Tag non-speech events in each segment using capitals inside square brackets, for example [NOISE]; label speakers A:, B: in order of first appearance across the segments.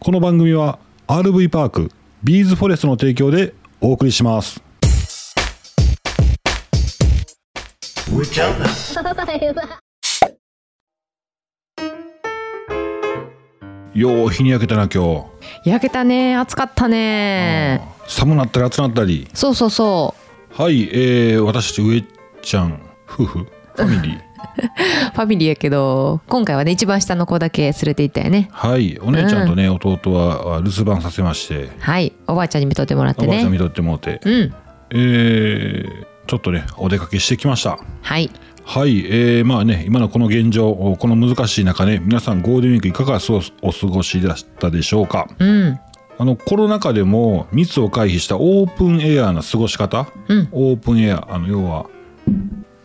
A: この番組は RV パークビーズフォレストの提供でお送りしますよう日に焼けたな今
B: 焼けたね暑かった
A: 日
B: ね
A: 寒なったり暑なったり
B: そうそうそう
A: はいえー、私たち上ちゃん夫婦ファミリー
B: ファミリーやけど今回はね一番下の子だけ連れて行ったよね
A: はいお姉ちゃんとね、弟はあ留守番させまして
B: はいおばあちゃんに見とってもらっ
A: お
B: て
A: ばあちゃん
B: ね
A: 見とってもうて、
B: うん
A: えー、ちょっとねお出かけしてきました
B: はい
A: はい、えー、まあね、今のこの現状、この難しい中ね、皆さんゴールデンウィークいかがそうお過ごしだったでしょうか。
B: うん
A: あの、コロナ禍でも密を回避したオープンエアな過ごし方、
B: うん
A: オープンエア、あの、要は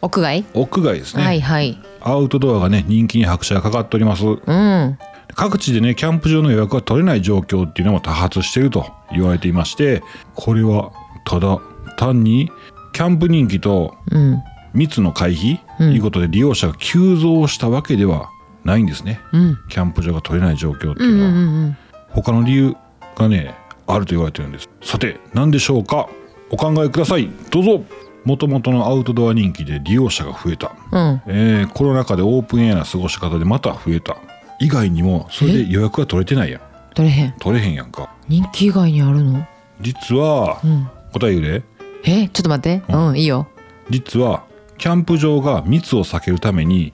B: 屋外、
A: 屋外ですね、
B: はいはい
A: アウトドアがね、人気に拍車がかかっております。
B: うん
A: 各地でね、キャンプ場の予約が取れない状況っていうのも多発していると言われていまして、これは、ただ、単に、キャンプ人気と
B: うん
A: 密の回避、
B: うん
A: いうことで利用者が急増したわけではないんですね。
B: うん
A: キャンプ場が取れない状況って
B: う
A: い
B: んうん
A: うのは、
B: うん
A: 他の理由がねあると言われてるんですさて何でしょうかお考えくださいどうぞもともとのアウトドア人気で利用者が増えた、
B: うん
A: えー、コロナ禍でオープンエアな過ごし方でまた増えた以外にもそれで予約が取れてないやん
B: 取れへん
A: 取れへんやんか
B: 人気以外にあるの
A: 実は、
B: うん
A: 答え言うで
B: えちょっと待って
A: うん
B: うんいいよ
A: 実はキャンプ場が密を避けるために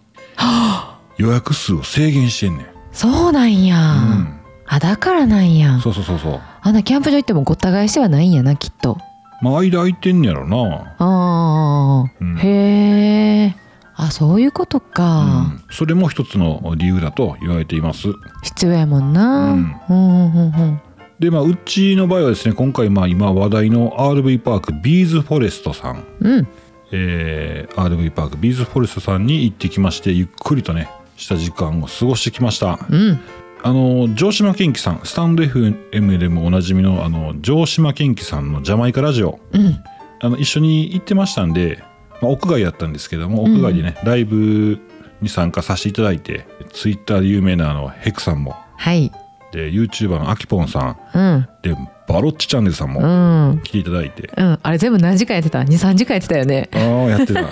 A: 予約数を制限してんねん、
B: そうなんや、
A: うん、
B: あだからなんや
A: そうそうそうそう
B: あんなキャンプ場行ってもごった返してはないんやなきっと
A: まあ間空いてんねやろな
B: ああ、
A: うん
B: へえあそういうことか、
A: うんそれも一つの理由だと言われています
B: 必要やもんな、
A: う
B: うんん、うんうんうん
A: でまあうちの場合はですね今回まあ今話題の RV パークビーズフォレストさん、
B: うん
A: えー RV パークビーズフォレストさんに行ってきましてゆっくりとねした時間を過ごしてきました
B: うん
A: あの城島健貴さんスタンド FM でもおなじみのあの城島健貴さんのジャマイカラジオ
B: うん
A: あの一緒に行ってましたんで、まあ、屋外やったんですけども屋外でね、ライブに参加させていただいてツイッターで有名なあのヘクさんも
B: はい
A: で YouTuber のあきぽんさん
B: うん
A: でバロッチチャンネルさん
B: う
A: も
B: ん
A: 来ていただいて、
B: うんあれ全部何時間やってた23時間やってたよね
A: ああや
B: [LAUGHS]
A: ってた
B: よ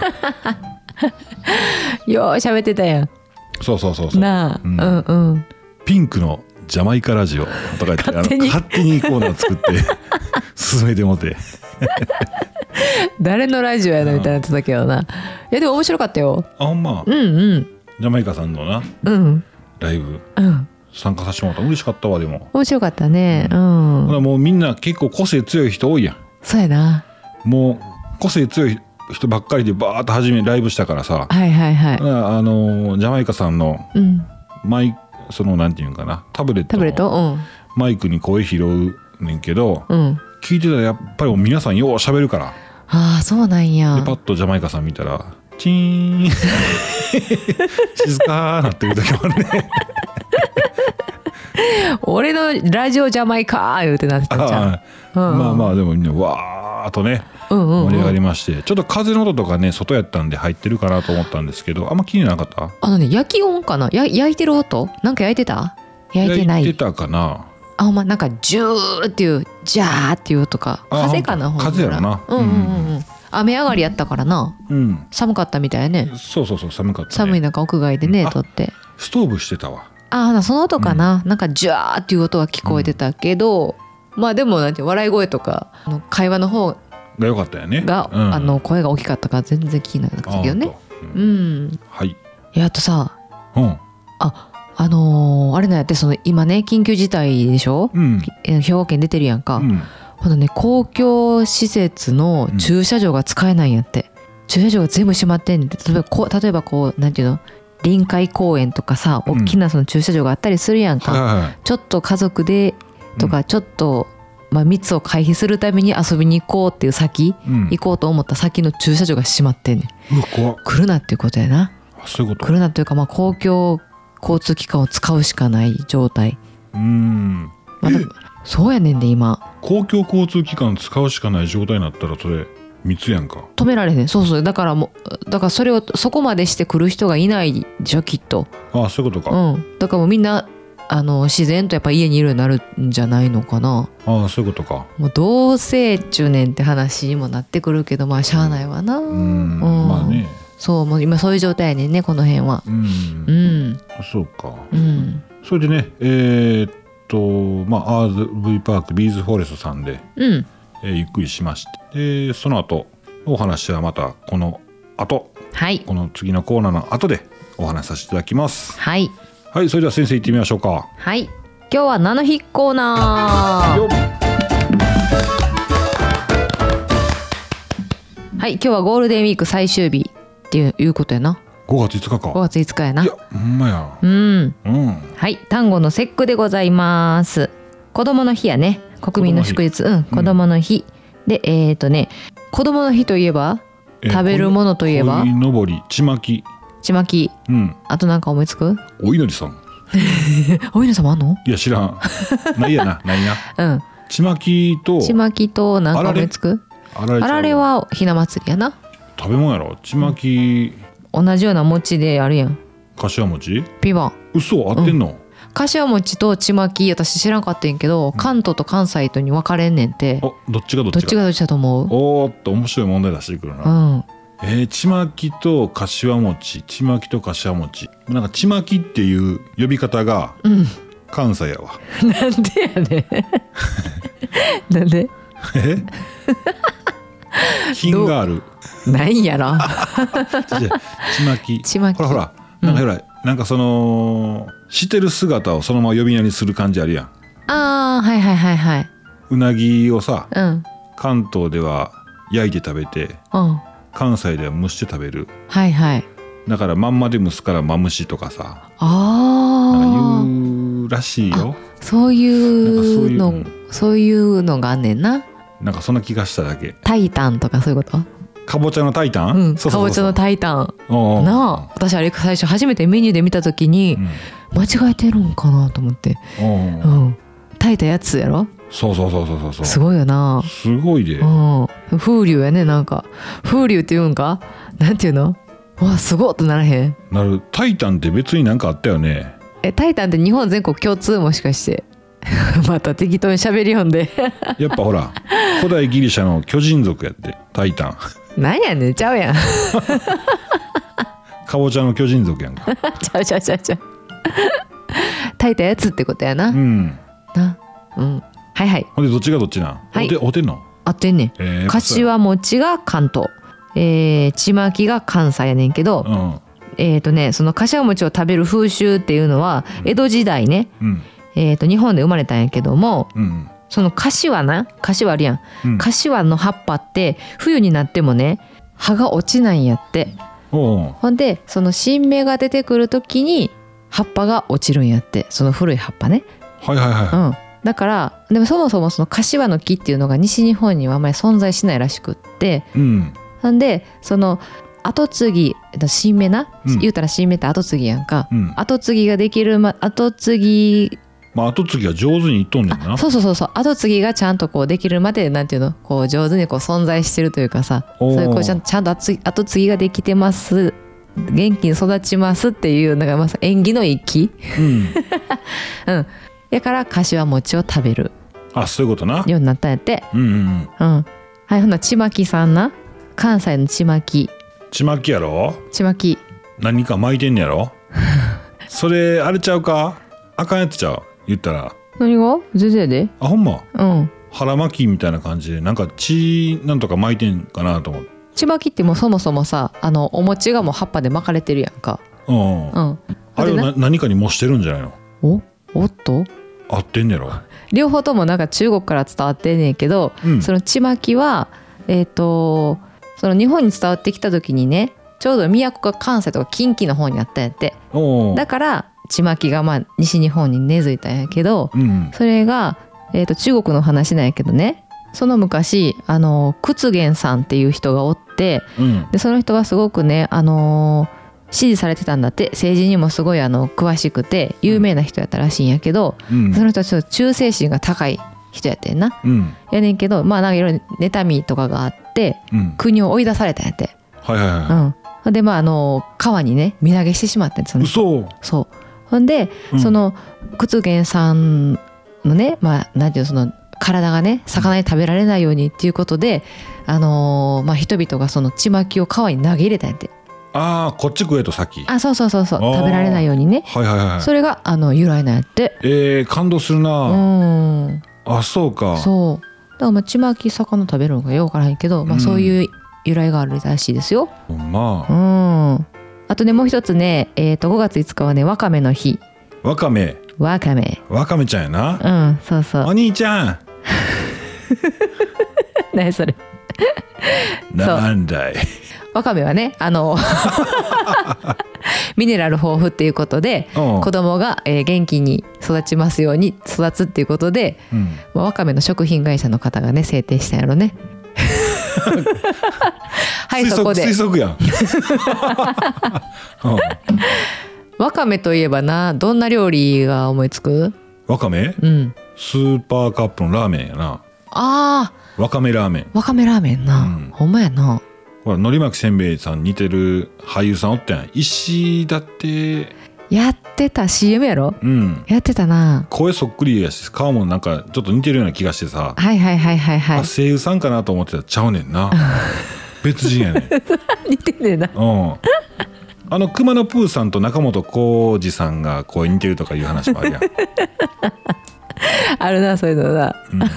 B: う喋ってたやん
A: そうそうそうそう
B: なあ、
A: う
B: うんん、うん
A: ピンクのジャマイカラジオとか言って
B: 勝手に
A: あの勝手にコーナー作って [LAUGHS] 進めてもて
B: 誰のラジオやのみたいになってたけどないやでも面白かったよ
A: あほんま
B: うんうん
A: ジャマイカさんのな
B: うん
A: ライブ
B: うん
A: 参加させてもらった嬉しかったわでも、
B: 面白かったねうん、
A: ほらもうみんな結構個性強い人多いやん
B: そうやな
A: もう個性強い人ばっかりでバーッと始めライブしたからさ、
B: はいはいはい
A: ほなあのジャマイカさんの
B: うん
A: マイそのなんていうんかなタブレッ
B: タ
A: ト
B: ブレッ
A: の
B: ト
A: マイクに声拾うねんけど、
B: うんうん
A: 聞いてたらやっぱりもう皆さんよう喋るから
B: ああそうなんや
A: でパッとジャマイカさん見たらチーン
B: [LAUGHS]
A: 静かーなってる時もね
B: 俺のラジオジャマイカー言うてなってたじゃん。
A: ああまあまあでもみんなわーっとね
B: うんうん、
A: 盛り上が
B: うん。
A: りまして、ちょっと風の音とかね外やったんで入ってるかなと思ったんですけどあんま気になかった
B: あのね、焼き音かなや焼いてる音なんか焼いてた焼いてない。
A: 焼いてたかな
B: あ、ほんま、なんかジューっていう、ジャーっていうとか、
A: あ
B: 風かな、
A: ほん
B: ほん
A: と
B: なら
A: 風やろな
B: うんうんうんうん。雨上がりやったからな、
A: うん
B: 寒かったみたいやね。
A: そうそうそう寒かった、ね、
B: 寒い中、屋外で
A: うん
B: ね
A: あ、
B: 撮って。
A: ストーブしてたわ
B: あ、ほなその音かな、なんかジャーっていう音は聞こえてたけど、まあでも、なんていう笑い声とか、あの会話の方
A: が良かったよね
B: が、
A: うん
B: あの声が大きかったから全然気にならなかったけど
A: あ
B: ね。
A: ほんとうん
B: うん。
A: はい
B: いやあとさ
A: うん
B: あのーあれなんやってその今ね緊急事態でしょ、
A: うん
B: えー兵庫県出てるやんか、
A: うん
B: ほんとね公共施設の駐車場が使えないんやって、駐車場が全部閉まってんねんて例えばこう例えばこうなんていうの臨海公園とかさ
A: うん
B: 大きなその駐車場があったりするやんか、
A: はいはい
B: ちょっと家族でとか、ちょっと、まあ、密を回避するために遊びに行こうっていう先、
A: うん
B: 行こうと思った先の駐車場が閉まってんねん
A: うわ怖っ
B: 来るなっていうことやな
A: あそういうこと
B: 来るなというか、まあ、公共交通機関を使うしかない状態、
A: うーん
B: まあだそうやねんで今
A: 公共交通機関使うしかない状態になったらそれ密やんか
B: 止められへんそうそうだからもうだからそれをそこまでして来る人がいないでしょきっと
A: ああそういうこと
B: う
A: か
B: んだからもうみんなあの自然とやっぱ家にいるようになるんじゃないのかな
A: ああそういうことか
B: もう同性中年って話にもなってくるけどまあしゃあないわな、
A: うん
B: うん
A: まあね
B: そうもう今そういう状態やねんねこの辺は
A: うん、
B: うん
A: そうか
B: うん
A: それでねえーっとまあ RV パークビーズフォレストさんで、
B: うん
A: えーゆっくりしましてでその後お話はまたこの後
B: はい
A: この次のコーナーの後でお話しさせていただきます
B: はい
A: はいそれでは先生行ってみましょうか
B: はい今日は菜の日コーナー
A: よっ
B: はい今日はゴールデンウィーク最終日っていういうことやな
A: 5月5日か
B: 5月5日やない
A: やほんまや
B: うん
A: うん
B: はい、単語の節句でございます。子供の日やね、国民の祝日、うん、子供の日。で、えっ、ー、とね、子供の日といえば、
A: えー
B: 食べるものといえば
A: こいのぼりちまき
B: ちまき、
A: うん
B: あとなんか思いつく。
A: お祈りさん
B: お稲様あんの。
A: いや知ら
B: [LAUGHS]
A: んないやなないな
B: うん、
A: ちまきと
B: ちまきとなんか思いつく。
A: あられち
B: あ
A: ゃう
B: られはひな祭りやな。
A: 食べ物やろちまき
B: 同じような餅であるやん。
A: かしわ餅
B: ピバン。
A: 嘘合ってんの、
B: 柏餅とちまき、私知らんかったんやけど、関東と関西とに分かれんねんて。
A: あどっちがどっちが
B: どっちがどっちだと思う。
A: おーっと面白い問題出してくる
B: う
A: な、
B: ん、 [LAUGHS]
A: えー、ちまきとかしわ餅ちまきとかしわ餅なんかちまきっていう呼び方が
B: うん、
A: 関西やわ
B: なんでやねん。 [LAUGHS] なんで。
A: え品がある
B: ないんやろ
A: [LAUGHS] じゃあちまき
B: ちまき
A: ほらほらなんかほら、なんかそのしてる姿をそのまま呼び名にする感じあるやん
B: あーはいはいはいはいう
A: なぎをさ
B: うん
A: 関東では焼いて食べて
B: うん
A: 関西では蒸して食べる
B: はいはい
A: だからまんまで蒸すからまむしとかさな
B: あ
A: ん
B: ー
A: か言うらしいよ
B: そういうの
A: なんか
B: そういうのがあんねんな
A: なんかそんな気がしただけ
B: タイタンとかそういうこと
A: かぼちゃのタイタン、
B: うん
A: そうそ
B: か
A: う
B: ぼ
A: そう
B: ちゃ
A: そう
B: のタイタン
A: おうおう
B: なあ私あれ最初初めてメニューで見た時に
A: うん
B: 間違えてるんかなと思って
A: おう
B: う
A: おうん
B: 炊いたやつやろ
A: そうそうそうそうそうそう
B: すごいよな
A: すごいで、
B: うん風流やねなんか風流って言うんかなんていうのうわすごっとならへん
A: なるタイタンって別になんかあったよね
B: えタイタンって日本全国共通もしかして [LAUGHS] また適当に喋りよんで [LAUGHS]
A: やっぱほら古代ギリシャの巨人族やってタイタン
B: なんやねんちゃうやん [LAUGHS] ち
A: かぼちゃの巨人族やんか
B: ゃうちゃうちゃうちゃう炊いたやつってことやな、
A: うん
B: なうんはいはい
A: ほんでどっちがどっちなん、
B: はい
A: おておてんの
B: 合ってんねん
A: えー
B: かしわ餅が関東えー、ちまきが関西やねんけど、
A: うん
B: えーとね、そのかしわ餅を食べる風習っていうのは江戸時代ね、
A: うん
B: えー、と日本で生まれたんやけども
A: うん
B: そのかしわなかしわあるやん
A: うん
B: かしわの葉っぱって冬になってもね葉が落ちないんやって
A: おうおう
B: ほんでその新芽が出てくる時に葉っぱが落ちるんやってその古い葉っぱね
A: はいはいはい、
B: うんだからでもそもそもその柏の木っていうのが西日本にはあんまり存在しないらしくって
A: うん、
B: ほんでその後継ぎ新芽な、
A: うん
B: 言うたら新芽って後継ぎやんか、
A: うん
B: 後継ぎができる、ま、後継ぎ
A: まあ後継ぎは上手にいっとんねんな
B: そうそうそうそう後継ぎがちゃんとこうできるまでなんていうのこう上手にこう存在してるというかさ
A: おー
B: そういうこうちゃんちゃんと後継ぎ後継ぎができてます元気に育ちますっていうなんかまさ縁起のいい木
A: うん
B: うんやから柏餅を食べる
A: あそういうことな
B: ようになったんやって
A: うんうんうん
B: うんはいほなちまきさんな関西のちまき
A: ちまきやろ
B: ちまき
A: 何か巻いてんねや
B: [LAUGHS]
A: ろそれあれちゃうかあかんやつちゃう言ったら
B: 何が全然やで
A: あほんま
B: うん
A: 腹巻きみたいな感じでなんか血なんとか巻いてんかなと思って
B: ちまきってもうそもそもさあのお餅がもう葉っぱで巻かれてるやんか
A: うん、うん、
B: うん
A: あれをな何かに模してるんじゃないの
B: おおっと
A: 合ってんねやろ
B: 両方ともなんか中国から伝わってんねんけど、
A: うん
B: そのちまきはえっ、とその日本に伝わってきた時にねちょうど都が関西とか近畿の方にあったんやって
A: おお
B: だからちまきがまあ西日本に根付いたんやけど
A: うん
B: それが、えー、と中国の話なんやけどねその昔あの屈原さんっていう人がおって
A: うん
B: でその人はすごくねあのー支持されてたんだって政治にもすごいあの詳しくて有名な人やったらしいんやけど、
A: うん
B: その人はちょっと忠誠心が高い人やってんな。
A: うん
B: やねんけどまあなんかいろいろ妬みとかがあって
A: うん
B: 国を追い出されたんやって。
A: はいはいは
B: うん、でまああの川にね身投げしてしまってんそ
A: い
B: の人
A: 嘘
B: そうほんで、
A: うん
B: その屈原さんのねまあなんていうのその体がね魚に食べられないようにっていうことで、あのーまあ、人々がそのちまきを川に投げ入れたんやって
A: ああこっち食えとさっきは
B: あそうそうそうそう
A: あー
B: 食べられないようにね
A: いはいはい
B: それがあの由来なんやって
A: えー、感動する
B: う
A: な、
B: ん
A: あそうか
B: そうだからまあちまき魚食べるのかよくわからへんけど、
A: う
B: まあ、
A: ん
B: そういう由来があるらしいですよ
A: ま
B: う
A: あ
B: んあとねもう一つね、えー、と5月5日はねわかめの日
A: わかめ
B: わかめ
A: わかめちゃんやな
B: うんそうそう
A: お兄ちゃん
B: [LAUGHS] 何それ
A: なんだい
B: わかめはねあの [LAUGHS] ミネラル豊富っていうことで
A: うん
B: 子供が、えー元気に育ちますように育つっていうことで、
A: うん
B: まあ、わかめの食品会社の方がね制定したんや
A: [LAUGHS]
B: ろねはい
A: 推
B: そこ
A: 測
B: で
A: 推測やんうん [LAUGHS]
B: わかめといえばなどんな料理が思いつく
A: わかめ
B: うん
A: スーパーカップのラーメンやな
B: あ
A: わかめラーメン
B: ーわかめラーメンな、
A: うん
B: ほんまやな
A: ほらのり巻きせんべいさん似てる俳優さんおったやん石だって
B: やってた CM やろ
A: うん
B: やってたな
A: 声そっくりやし顔もなんかちょっと似てるような気がしてさ、
B: はいはいはいはいは
A: あ声優さんかなと思ってたらちゃうねんな別人やねん
B: い似てんねんな
A: うんあの熊野プーさんと中本浩二さんが声似てるとかいう話もあるやん、
B: あるなそういうのな
A: うん
B: [LAUGHS]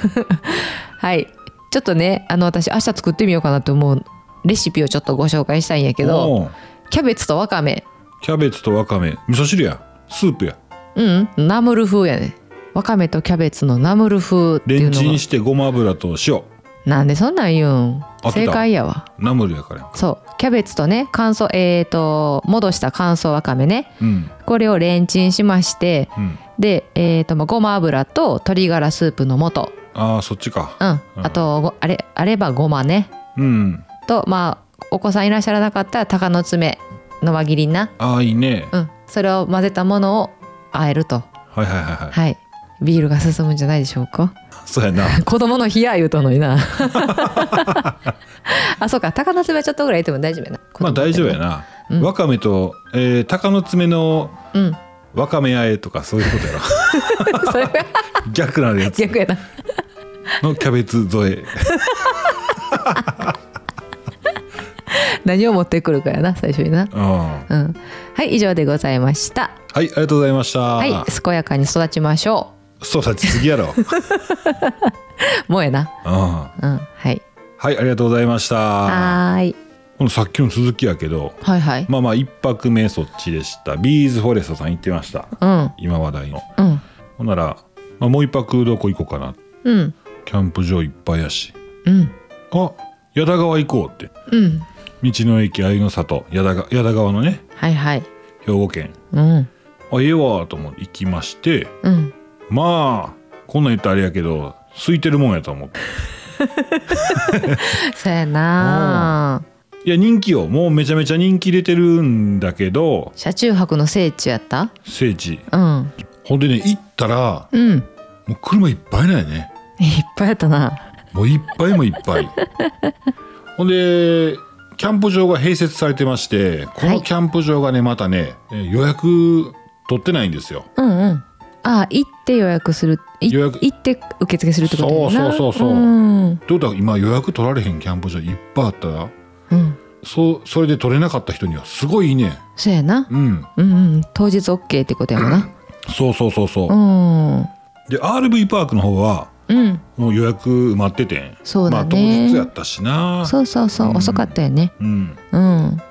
B: はいちょっとねあの私明日作ってみようかなと思うレシピをちょっとご紹介したいんや [LAUGHS] けど
A: おう
B: キャベツとわかめ
A: キャベツとわかめ味噌汁やスープや
B: うんナムル風やねわかめとキャベツのナムル風ってい
A: レ
B: う
A: ンチ
B: の
A: ン
B: が
A: してごま油と塩
B: なんでそんなん言うん
A: 合ってた
B: 正解やわ
A: ナムルやからやん
B: そうキャベツとね乾燥えー、と戻した乾燥わかめね
A: うん
B: これをレンチンしまして
A: うん
B: でえー、とまあごま油と鶏ガラスープの素
A: ああそっちか
B: うんあとごあれあればごまね
A: うん
B: とまあお子さんいらっしゃらなかったら鷹の爪の輪切りな
A: ああいいね、
B: うんそれを混ぜたものを和える
A: は
B: と
A: いはいはいはい
B: はいビールが進むんじゃないでしょうか
A: そうやな
B: 子供の日や言うとんのに
A: [LAUGHS]
B: なあそうか鷹の爪ちょっとぐらい入れても大丈夫やな
A: まあ大丈夫やな、
B: うん
A: わかめと、えー、鷹の爪の
B: うん
A: わかめあえとかそういうことや
B: [LAUGHS]
A: ろ
B: [LAUGHS] それが
A: 逆なやつ
B: 逆やな
A: のキャベツ添え
B: 何を持ってくるかやな最初にな
A: うんは
B: うんはい以上でございました
A: いありがとうございました
B: はい健やかに育ちましょ
A: そうだちすぎやろ、うん、
B: うもうやな
A: は
B: うんはい
A: いありがとうございまし
B: は
A: た
B: ーい
A: このさっきの続きやけど
B: はいはい
A: まあまあ一泊目そっちでしたビーズフォレストさん行ってました
B: うん
A: 今話題の
B: うん
A: ほんなら、まあ、もう一泊どこ行こうかな
B: うん
A: キャンプ場いっぱいやし
B: うん
A: あ矢田川行こうって
B: うん
A: 道の駅鮎の里矢田が矢田川のね
B: はいはい
A: 兵庫県
B: うん
A: あええわと思って行きまして
B: うん
A: まあこんなん言ったらあれやけど空いてるもんやと思って
B: そうやない
A: や人気よもうめちゃめちゃ人気出てるんだけど
B: 車中泊の聖地やった
A: 聖地
B: うん
A: ほんでね行ったら
B: うんいっ
A: もう車いっぱいなんやね
B: ぱいやったな
A: もういっぱいもいっぱ
B: [LAUGHS]
A: いほんでキャンプ場が併設されてましてこ
B: は
A: の
B: い
A: キャンプ場がねまたねえー予約取ってないんですよ
B: うんうんあ行って予約するい
A: 予約
B: 行って受付するってことやな
A: そうそうそうそう
B: うん
A: どうだ今予約取られへんキャンプ場いっぱいあったら
B: うん
A: そうそれで取れなかった人にはすごいいいね
B: そうやな
A: うん
B: うんうん当日 OK ってことやもんな
A: そうそうそうそう、
B: うん
A: で RV パークの方は
B: うん
A: もう予約埋まっててん
B: そうだ
A: まあ
B: ね
A: 当日やったしな
B: そうそうそう、
A: うん
B: 遅かったよね
A: うん
B: うん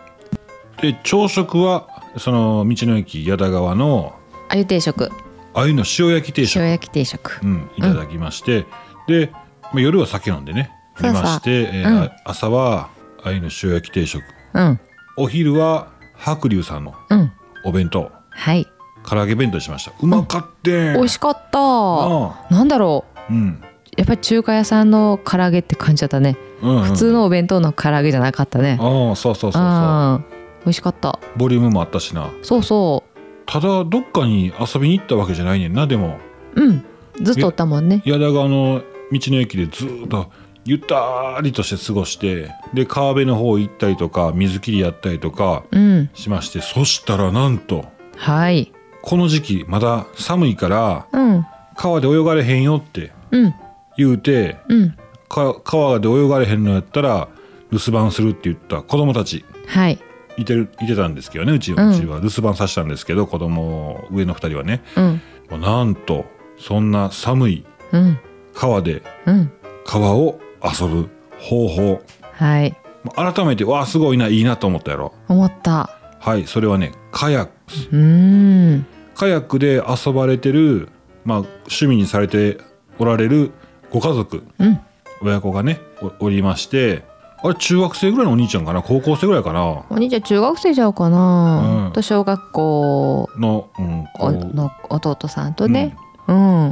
A: で朝食はその道の駅矢田川の
B: あゆ定食
A: あゆの塩焼き定食
B: 塩焼き定食
A: うん、いただきまして、で、まあ、夜は酒飲んでね
B: そうそう
A: 寝まして、えー
B: うん
A: あ朝はあゆの塩焼き定食
B: うん
A: お昼は白龍さんの
B: うん
A: お弁当
B: はい
A: 唐揚げ弁当にしましたうまかってん
B: 美味しかった
A: あ
B: なんだろう
A: うん
B: やっぱり中華屋さんの唐揚げって感じだったね、
A: うんうん
B: 普通のお弁当の唐揚げじゃなかったね
A: ああそうそうそうそう
B: あ美味しかった
A: ボリュームもあったしな
B: そうそ
A: ただどっかに遊びに行ったわけじゃないねんなでも
B: ううんずっとおったもんね
A: 矢田川の道の駅でずーっとゆったりとして過ごしてで川辺の方行ったりとか水切りやったりとか
B: うん
A: しましてそしたらなんと
B: はい
A: この時期まだ寒いから
B: うん
A: 川で泳がれへんよって
B: うん
A: 言うて
B: うん
A: か川で泳がれへんのやったら留守番するって言った子供たち
B: はい
A: いてるいてたんですけどねうち,、う
B: うん
A: ちは留守番させたんですけど子供上の二人はね
B: うん
A: もうなんとそんな寒い
B: うん
A: 川で
B: うん
A: 川を遊ぶ方法
B: はい
A: まあ改めてわあすごいないいなと思ったやろ
B: 思った
A: はいそれはねカヤック
B: うーん
A: カヤックで遊ばれてる、まあ、趣味にされておられるご家族
B: うん
A: 親子がねおおりましてあれ中学生ぐらいのお兄ちゃんかな高校生ぐらいかな
B: お兄ちゃん中学生ちゃうかな、
A: うん
B: と小学校
A: の,、うんこ
B: お
A: う
B: の弟さんとねうん、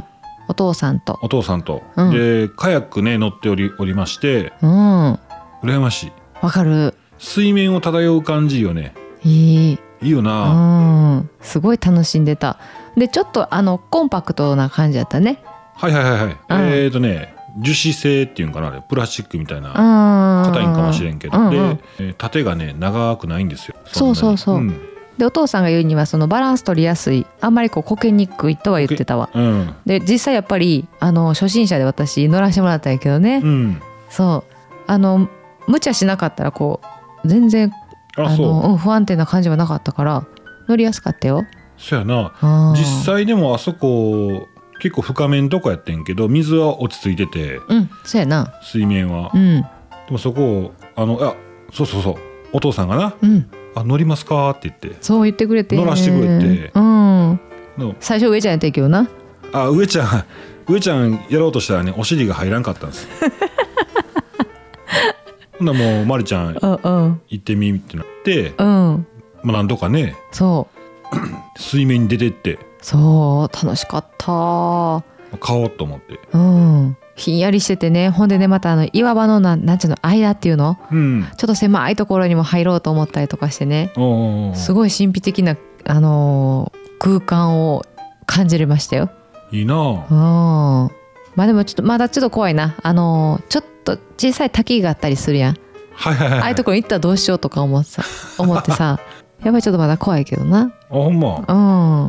B: お父さんと
A: お父さんと、
B: うん
A: でカヤックね乗っておりおりまして
B: うんわ
A: 羨ましい
B: かる
A: 水面を漂う感じいいよね
B: いい
A: いいよ
B: う
A: な、
B: んすごい楽しんでたでちょっとあのコンパクトな感じだったね
A: はいはいはいはい、
B: うん
A: えっ、ー、とね樹脂製っていうんかなあれプラスチックみたいな
B: うん
A: 硬いんかもしれんけど、
B: うん
A: で
B: うん、
A: えー縦がね長くないんですよ
B: そうそうそうん
A: なに
B: でお父さんが言うにはそのバランス取りやすいあんまりこうこけにくいとは言ってたわ
A: うん、うん
B: で実際やっぱりあの初心者で私乗らせてもらったんやけどね、
A: うん、
B: そうあの無茶しなかったらこう全然
A: あ
B: あ
A: そう
B: のうん不安定な感じはなかったから乗りやすかったよ。
A: そやな
B: あー
A: 実際でもあそこ結構深めんとこやってんけど水は落ち着いてて
B: うんそうやな。
A: 水面は、
B: うん
A: でもそこをあのあそうそうそうお父さんがな
B: うん
A: 「あ乗りますか?」って言って
B: そう言ってくれて、
A: 乗らしてくれて
B: うん
A: の
B: 最初上ちゃんやったんやけどな。
A: あ上ちゃん [LAUGHS] 上ちゃんやろうとしたらねお尻が入らんかったんです [LAUGHS] ほんならもうまるちゃん
B: うんうん
A: 行ってみってなって、
B: うん
A: まあ、何度かね
B: そう
A: 水面に出てって
B: そう楽しかった。
A: 買おうと思って
B: うんひんやりしててねほんでねまたあの岩場のなんなんちゅうの間っていうの
A: うん
B: ちょっと狭いところにも入ろうと思ったりとかしてね。
A: おうおうおう
B: すごい神秘的な、あのー空間を感じれましたよ。
A: いいなあ
B: うん。まあでもちょっとまだちょっと怖いな。あのーちょっと小さい滝があったりするやん。
A: はいはいはい
B: ああいうところ行ったらどうしようとか思ってさ、思ってさ、やっぱりちょっとまだ怖いけどな。
A: あほんま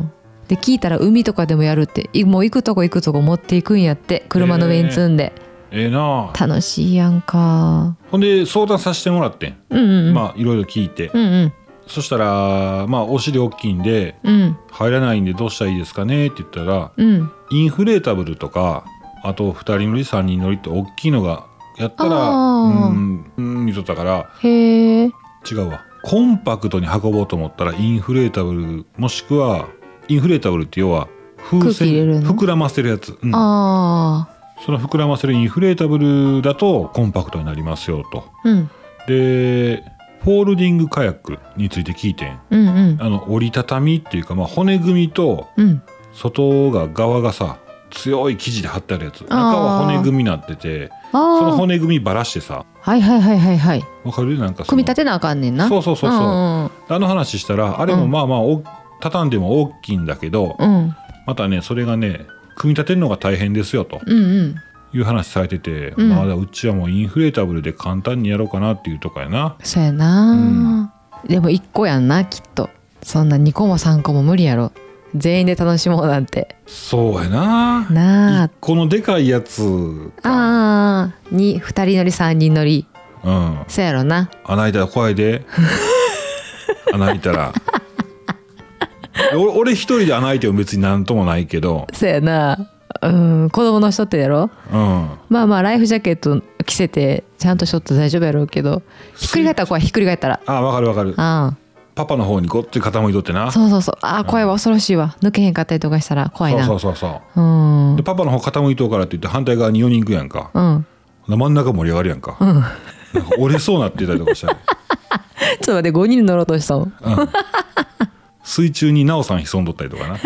B: うん。で聞いたら海とかでもやるって、いもう行くとこ行くとこ持っていくんやって、車の上に積んで、
A: ええなあ
B: 楽しいやんか。
A: ほんで相談させてもらってん、
B: うんうん。
A: まあいろいろ聞いて、
B: うんうん
A: そしたらまあお尻大きいんで
B: うん
A: 入らないんでどうしたらいいですかねって言ったら
B: うん。
A: インフレータブルとかあと2人乗り3人乗りって大きいのがやったら
B: あー
A: うんうん見とったから
B: へえ。
A: 違うわコンパクトに運ぼうと思ったらインフレータブルもしくはインフレータブルって要は風
B: 空気入れる
A: 船
B: の
A: 膨らませるやつ、うん
B: ああ。
A: その膨らませるインフレータブルだとコンパクトになりますよと
B: うん
A: でフォールディングカヤックについて聞いてん
B: うんうん
A: あの折りたたみっていうか、まあ、骨組みと
B: うん。
A: 外が側がさ強い生地で貼ってあるやつ中
B: あー
A: は骨組みになっててその
B: ああ
A: 骨組みばらしてさ
B: はいはいはいはいはい
A: わかるなんかその
B: 組み立てなあかんねんな
A: そうそうそうそうあの話したらあれも
B: うん
A: まあまあ、お畳んでも大きいんだけど
B: うんうん
A: またねそれがね組み立てるのが大変ですよと
B: うんうん
A: いう話されてて、
B: うん
A: まあだうちはもうインフレータブルで簡単にやろうかなっていうとこやな
B: そうやな、でも一個やんなきっとそんな2個も3個も無理やろ全員で楽しもうなんて
A: そうやな
B: なあ
A: このでかいやつか
B: ああに2人乗り3人乗り
A: うん
B: そうやろな
A: 穴開いたら怖い
B: [LAUGHS]
A: で穴開いたら俺俺一人で穴開いても別になんともないけど
B: そうやなうん子供の人ってやろ
A: うん
B: まあまあライフジャケット着せてちゃんとしょっと大丈夫やろうけどひっくり返ったら怖いひっくり返ったら
A: あわかるわかる
B: あ
A: パパの方にごっつい傾いとってな
B: そうそうそうああ怖いわ恐ろしいわ抜けへんかったりとかしたら怖いな
A: そうそうそうそう
B: うん
A: でパパの方傾いとうからって言って反対側に4人行くやんか
B: うん。
A: 真ん中盛り上がるやんか,、
B: ん
A: なんか折れそうなってたりとかしたら
B: ちょっと待って、5人乗ろうと [LAUGHS] したの。
A: 水中に奈緒さん潜んどったりとかな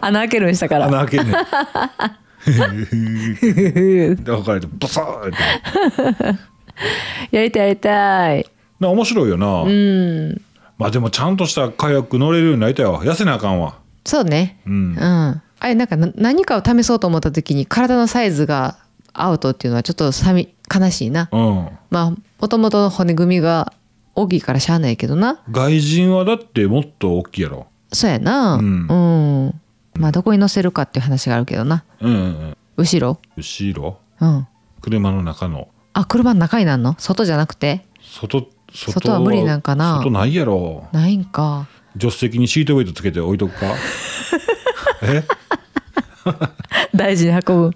B: 穴開けるんした [LAUGHS] から。
A: 穴開けんねん [LAUGHS]
B: や
A: で分かれてボサーって
B: りたいやりたい。
A: な面白いよな、
B: うん。
A: まあでもちゃんとしたカヤック乗れるようになりたいわ痩せなあかんわ
B: そうね。
A: う
B: うんん。あれ、なんかな何かを試そうと思った時に体のサイズがアウトっていうのはちょっと寂悲しいな。
A: うん
B: まあ、もともとの骨組みが大きいからしゃあないけどな。
A: 外人はだってもっと大きいやろ
B: そうやな
A: う
B: うんん、まあどこに乗せるかっていう話があるけどな
A: うんうん
B: 後ろ
A: 後ろ
B: うん
A: 車の中の
B: あ車の中になんの外じゃなくて
A: 外外
B: 外は無理なんかな
A: 外ないやろ
B: ないんか
A: 助手席にシートベルトつけて置いとく
B: [LAUGHS]
A: かえ
B: 大事に運ぶ
A: うん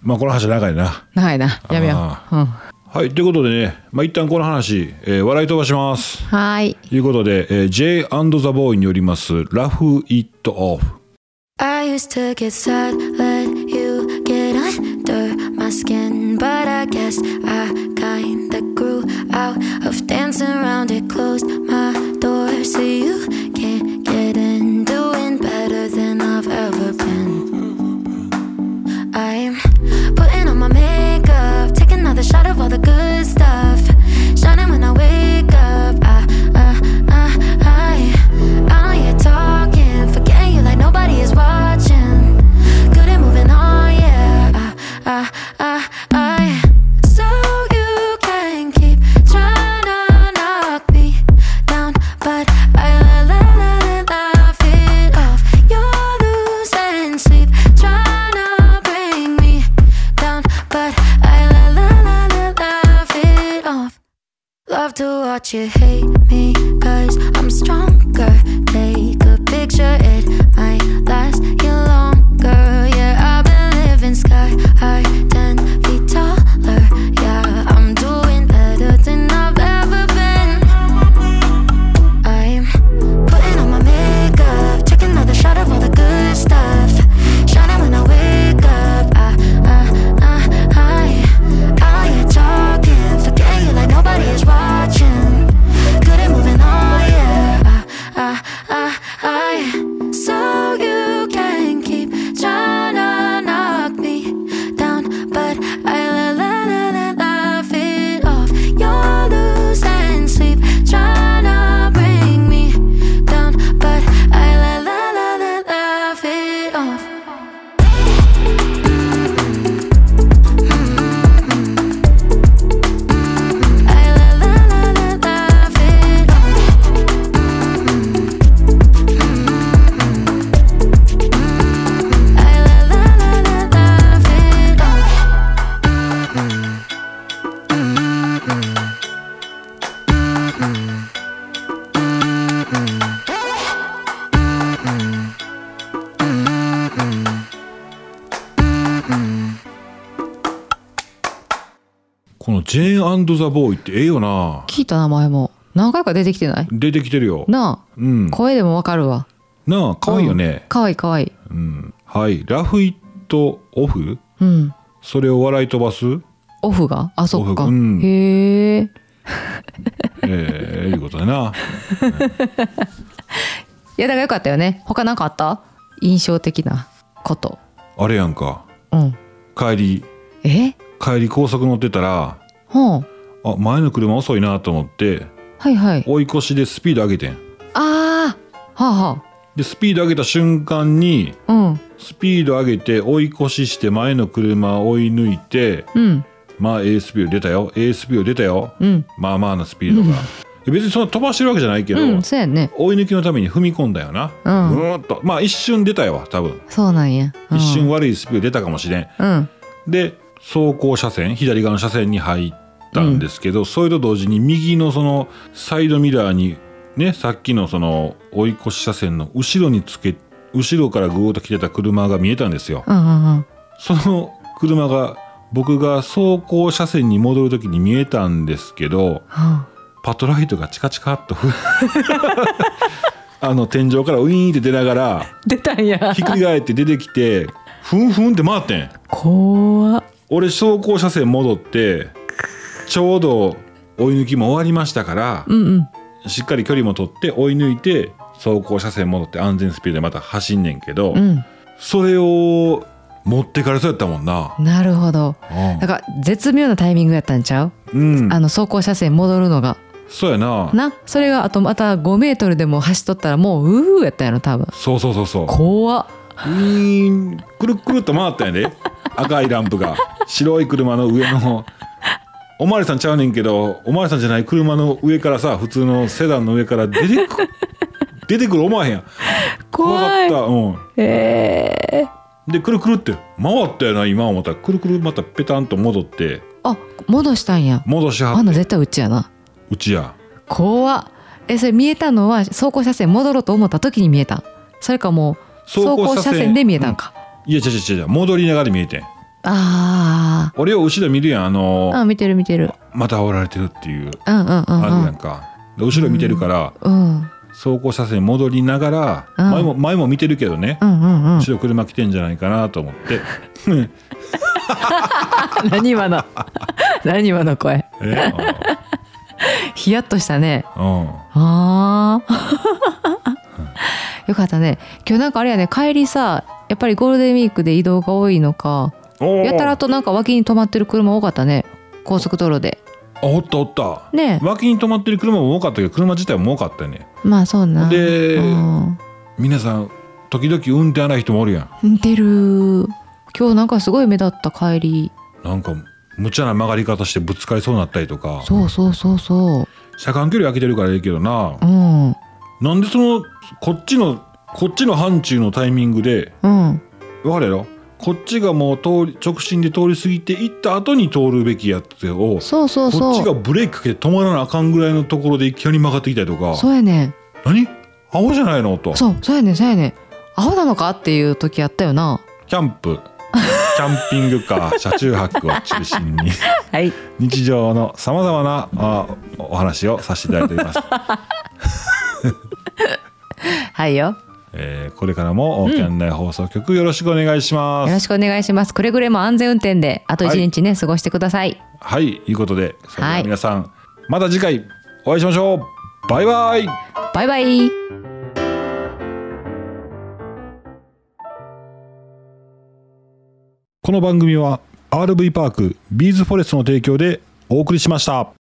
A: まあこの話長いな
B: ないなやめよう、うん、
A: あ
B: は
A: はいということでね、まあ、一旦この話、えー笑い飛ばします
B: ーい
A: ということで、えー、J& ザ・ボーイによります「Rough It Off」
C: I used to get sad, let you get under my skin, but I guess I kinda grew out of dancing around it. Closed my door so you can't get in, doing better than I've ever been. I'm putting on my makeup, take another shot of all the good stuff, shining when I wake up. I, I, I, I. I know you're talking, forgetting you like nobody is watching. Good at moving on, yeah. I, I, I, I. So you can keep trying to knock me down, but I let, let it laugh it off. You're losing sleep, trying to bring me down, but I let, let, let it laugh it off. Love to watch you hate me, cause I'm stronger. Take a picture, it might last you longer. Yeah, I've been living sky high, 10 feet taller. Yeah, I'm doing better than I've ever been. I'm putting on my makeup, taking another shot of all the good stuff. Shining when I wake up. I, I, I, I, I hear talking, forgetting you like nobody is watching. Good at moving on, yeah. I, I, I, I. So you can keep trying to knock me down, but I let, let, let, let laugh it off. You're losing sleep, trying to bring me down, but I let, let, let, let laugh it off. I let, let, let, let laugh it off. I let, let, let, let laugh it off.
A: この J& ザ・ボーイってええよな
B: 聞いた名前も何回か出てきてない
A: 出てきてるよ
B: なあ
A: うん
B: 声でもわかるわ
A: なあ可愛いよね、
B: かわいいかわいい
A: うんはい「ラフ・イット・オフ
B: うん」
A: それを笑い飛ばす
B: オフがあそっか、
A: オフうん
B: へえ
A: え [LAUGHS] えいうことだない
B: やだからよかったよね他何かあった印象的なこと
A: あれやんか
B: うん
A: 帰り
B: え
A: 帰り高速乗ってたら
B: ほう
A: あ前の車遅いなと思って
B: はいはい
A: 追い越しでスピード上げてん
B: ああはあは
A: でスピード上げた瞬間に
B: あうん
A: スピード上げて追い越しして前の車を追い抜いて
B: うん
A: まあ A スピード出たよ A スピード出たよ、
B: うん
A: まあまあなスピードが、別にそんな飛ばしてるわけじゃないけど、
B: うんそうやね
A: 追い抜きのために踏み込んだよな、
B: うん
A: ーっとまあ一瞬出たよ多分
B: そうなんや、うん、
A: 一瞬悪いスピード出たかもしれん、
B: うん
A: で走行車線左側の車線に入ったんですけど、それと同時に右のそのサイドミラーにねさっきのその追い越し車線の後ろにつけ後ろからぐーっと来てた車が見えたんですよ
B: うんうんうん
A: その車が僕が走行車線に戻る時に見えたんですけど
B: は
A: パトライトがチカチカっとあの天井からウィーンって出ながら
B: あ出たんや
A: ひっくり返って出てきてふんふんって回ってん
B: 怖っ
A: 俺走行車線戻ってちょうど追い抜きも終わりましたから
B: うんうん
A: しっかり距離も取って追い抜いて走行車線戻って安全スピードでまた走んねんけど、
B: うん
A: それを持ってかれそうやったもんな。
B: なるほどだから絶妙なタイミングやったんちゃう、
A: うん、
B: あの走行車線戻るのが
A: そうやな
B: なそれがあとまた5メートルでも走っとったらもううーやったんやろ多分
A: そうそうそうそう
B: 怖っ
A: ウィーンくるっくるっと回ったんやで赤いランプが白い車の上のおまわりさんちゃうねんけどおまわりさんじゃない車の上からさ普通のセダンの上から出てく出てくる思わへんやん怖
B: 怖
A: か
B: い
A: った、うん、
B: ええ
A: でくるくるって回ったよな今思ったらくるくるまたペタンと戻って
B: あ戻したんや
A: 戻しは
B: あ
A: っ
B: んな
A: て
B: 絶対うちやな
A: うちや
B: 怖っえそれ見えたのは走行車線戻ろうと思った時に見えたんそれかもう走行車線で見えたんか、
A: いや違う違う違う戻りながら見えてん
B: あ
A: 俺を後ろ見るやんあの
B: ーあ見てる見てる
A: また煽られてるっていう
B: うんうんうんう
A: あるや
B: ん
A: んかで後ろ見てるから
B: うん
A: 走行車線戻りながら
B: うん
A: 前も前も見てるけどね
B: うんうんうん
A: 後ろ車来てんじゃないかなと思って
B: [LAUGHS] 何今の [LAUGHS] 何今の声
A: え
B: ヒヤッとしたね
A: うんうん
B: ああよかったね今日なんかあれやね帰りさやっぱりゴールデンウィークで移動が多いのか
A: おー
B: やたらとなんか脇に止まってる車多かったね高速道路で
A: あおったおった
B: ね
A: 脇に止まってる車も多かったけど車自体も多かったよね
B: まあそうな
A: で
B: うん
A: 皆さん時々運転荒い人もおるやん
B: 似てる今日なんかすごい目立った帰り
A: なんか無茶な曲がり方してぶつかりそうになったりとか
B: そうそうそうそ
A: 車間距離空けてるからいいけどな
B: ううん
A: なんでそのこっちのこっちの範疇のタイミングで
B: うん
A: わかるやろこっちがもう通り直進で通り過ぎて行った後に通るべきやつを
B: そうそう
A: こっち
B: そ
A: が
B: う
A: ブレーキかけて止まらなあかんぐらいのところでいきなり曲がってきたりとか
B: そうやねん
A: 何青じゃないのと
B: そうそうやねんそうやねんアホなのかっていう時あったよな
A: キャンプキャンピングカ
B: [LAUGHS]
A: ー車中泊を中心に
B: はい
A: 日常のさまざまなあお話をさせていただいており
B: [LAUGHS]
A: ます。
B: はいよ
A: えーこれからも、キャン内放送局よろしくお願いしま
B: よろ
A: す。
B: しくお願いします。くれぐれも安全運転で、あと一日ね、過ごしてください。
A: はい、いうことで、それで
B: は
A: はい皆さん、また次回お会いしましょう。バイバイ。
B: バイバイ。
A: この番組は RV パークビーズフォレストの提供でお送りしました。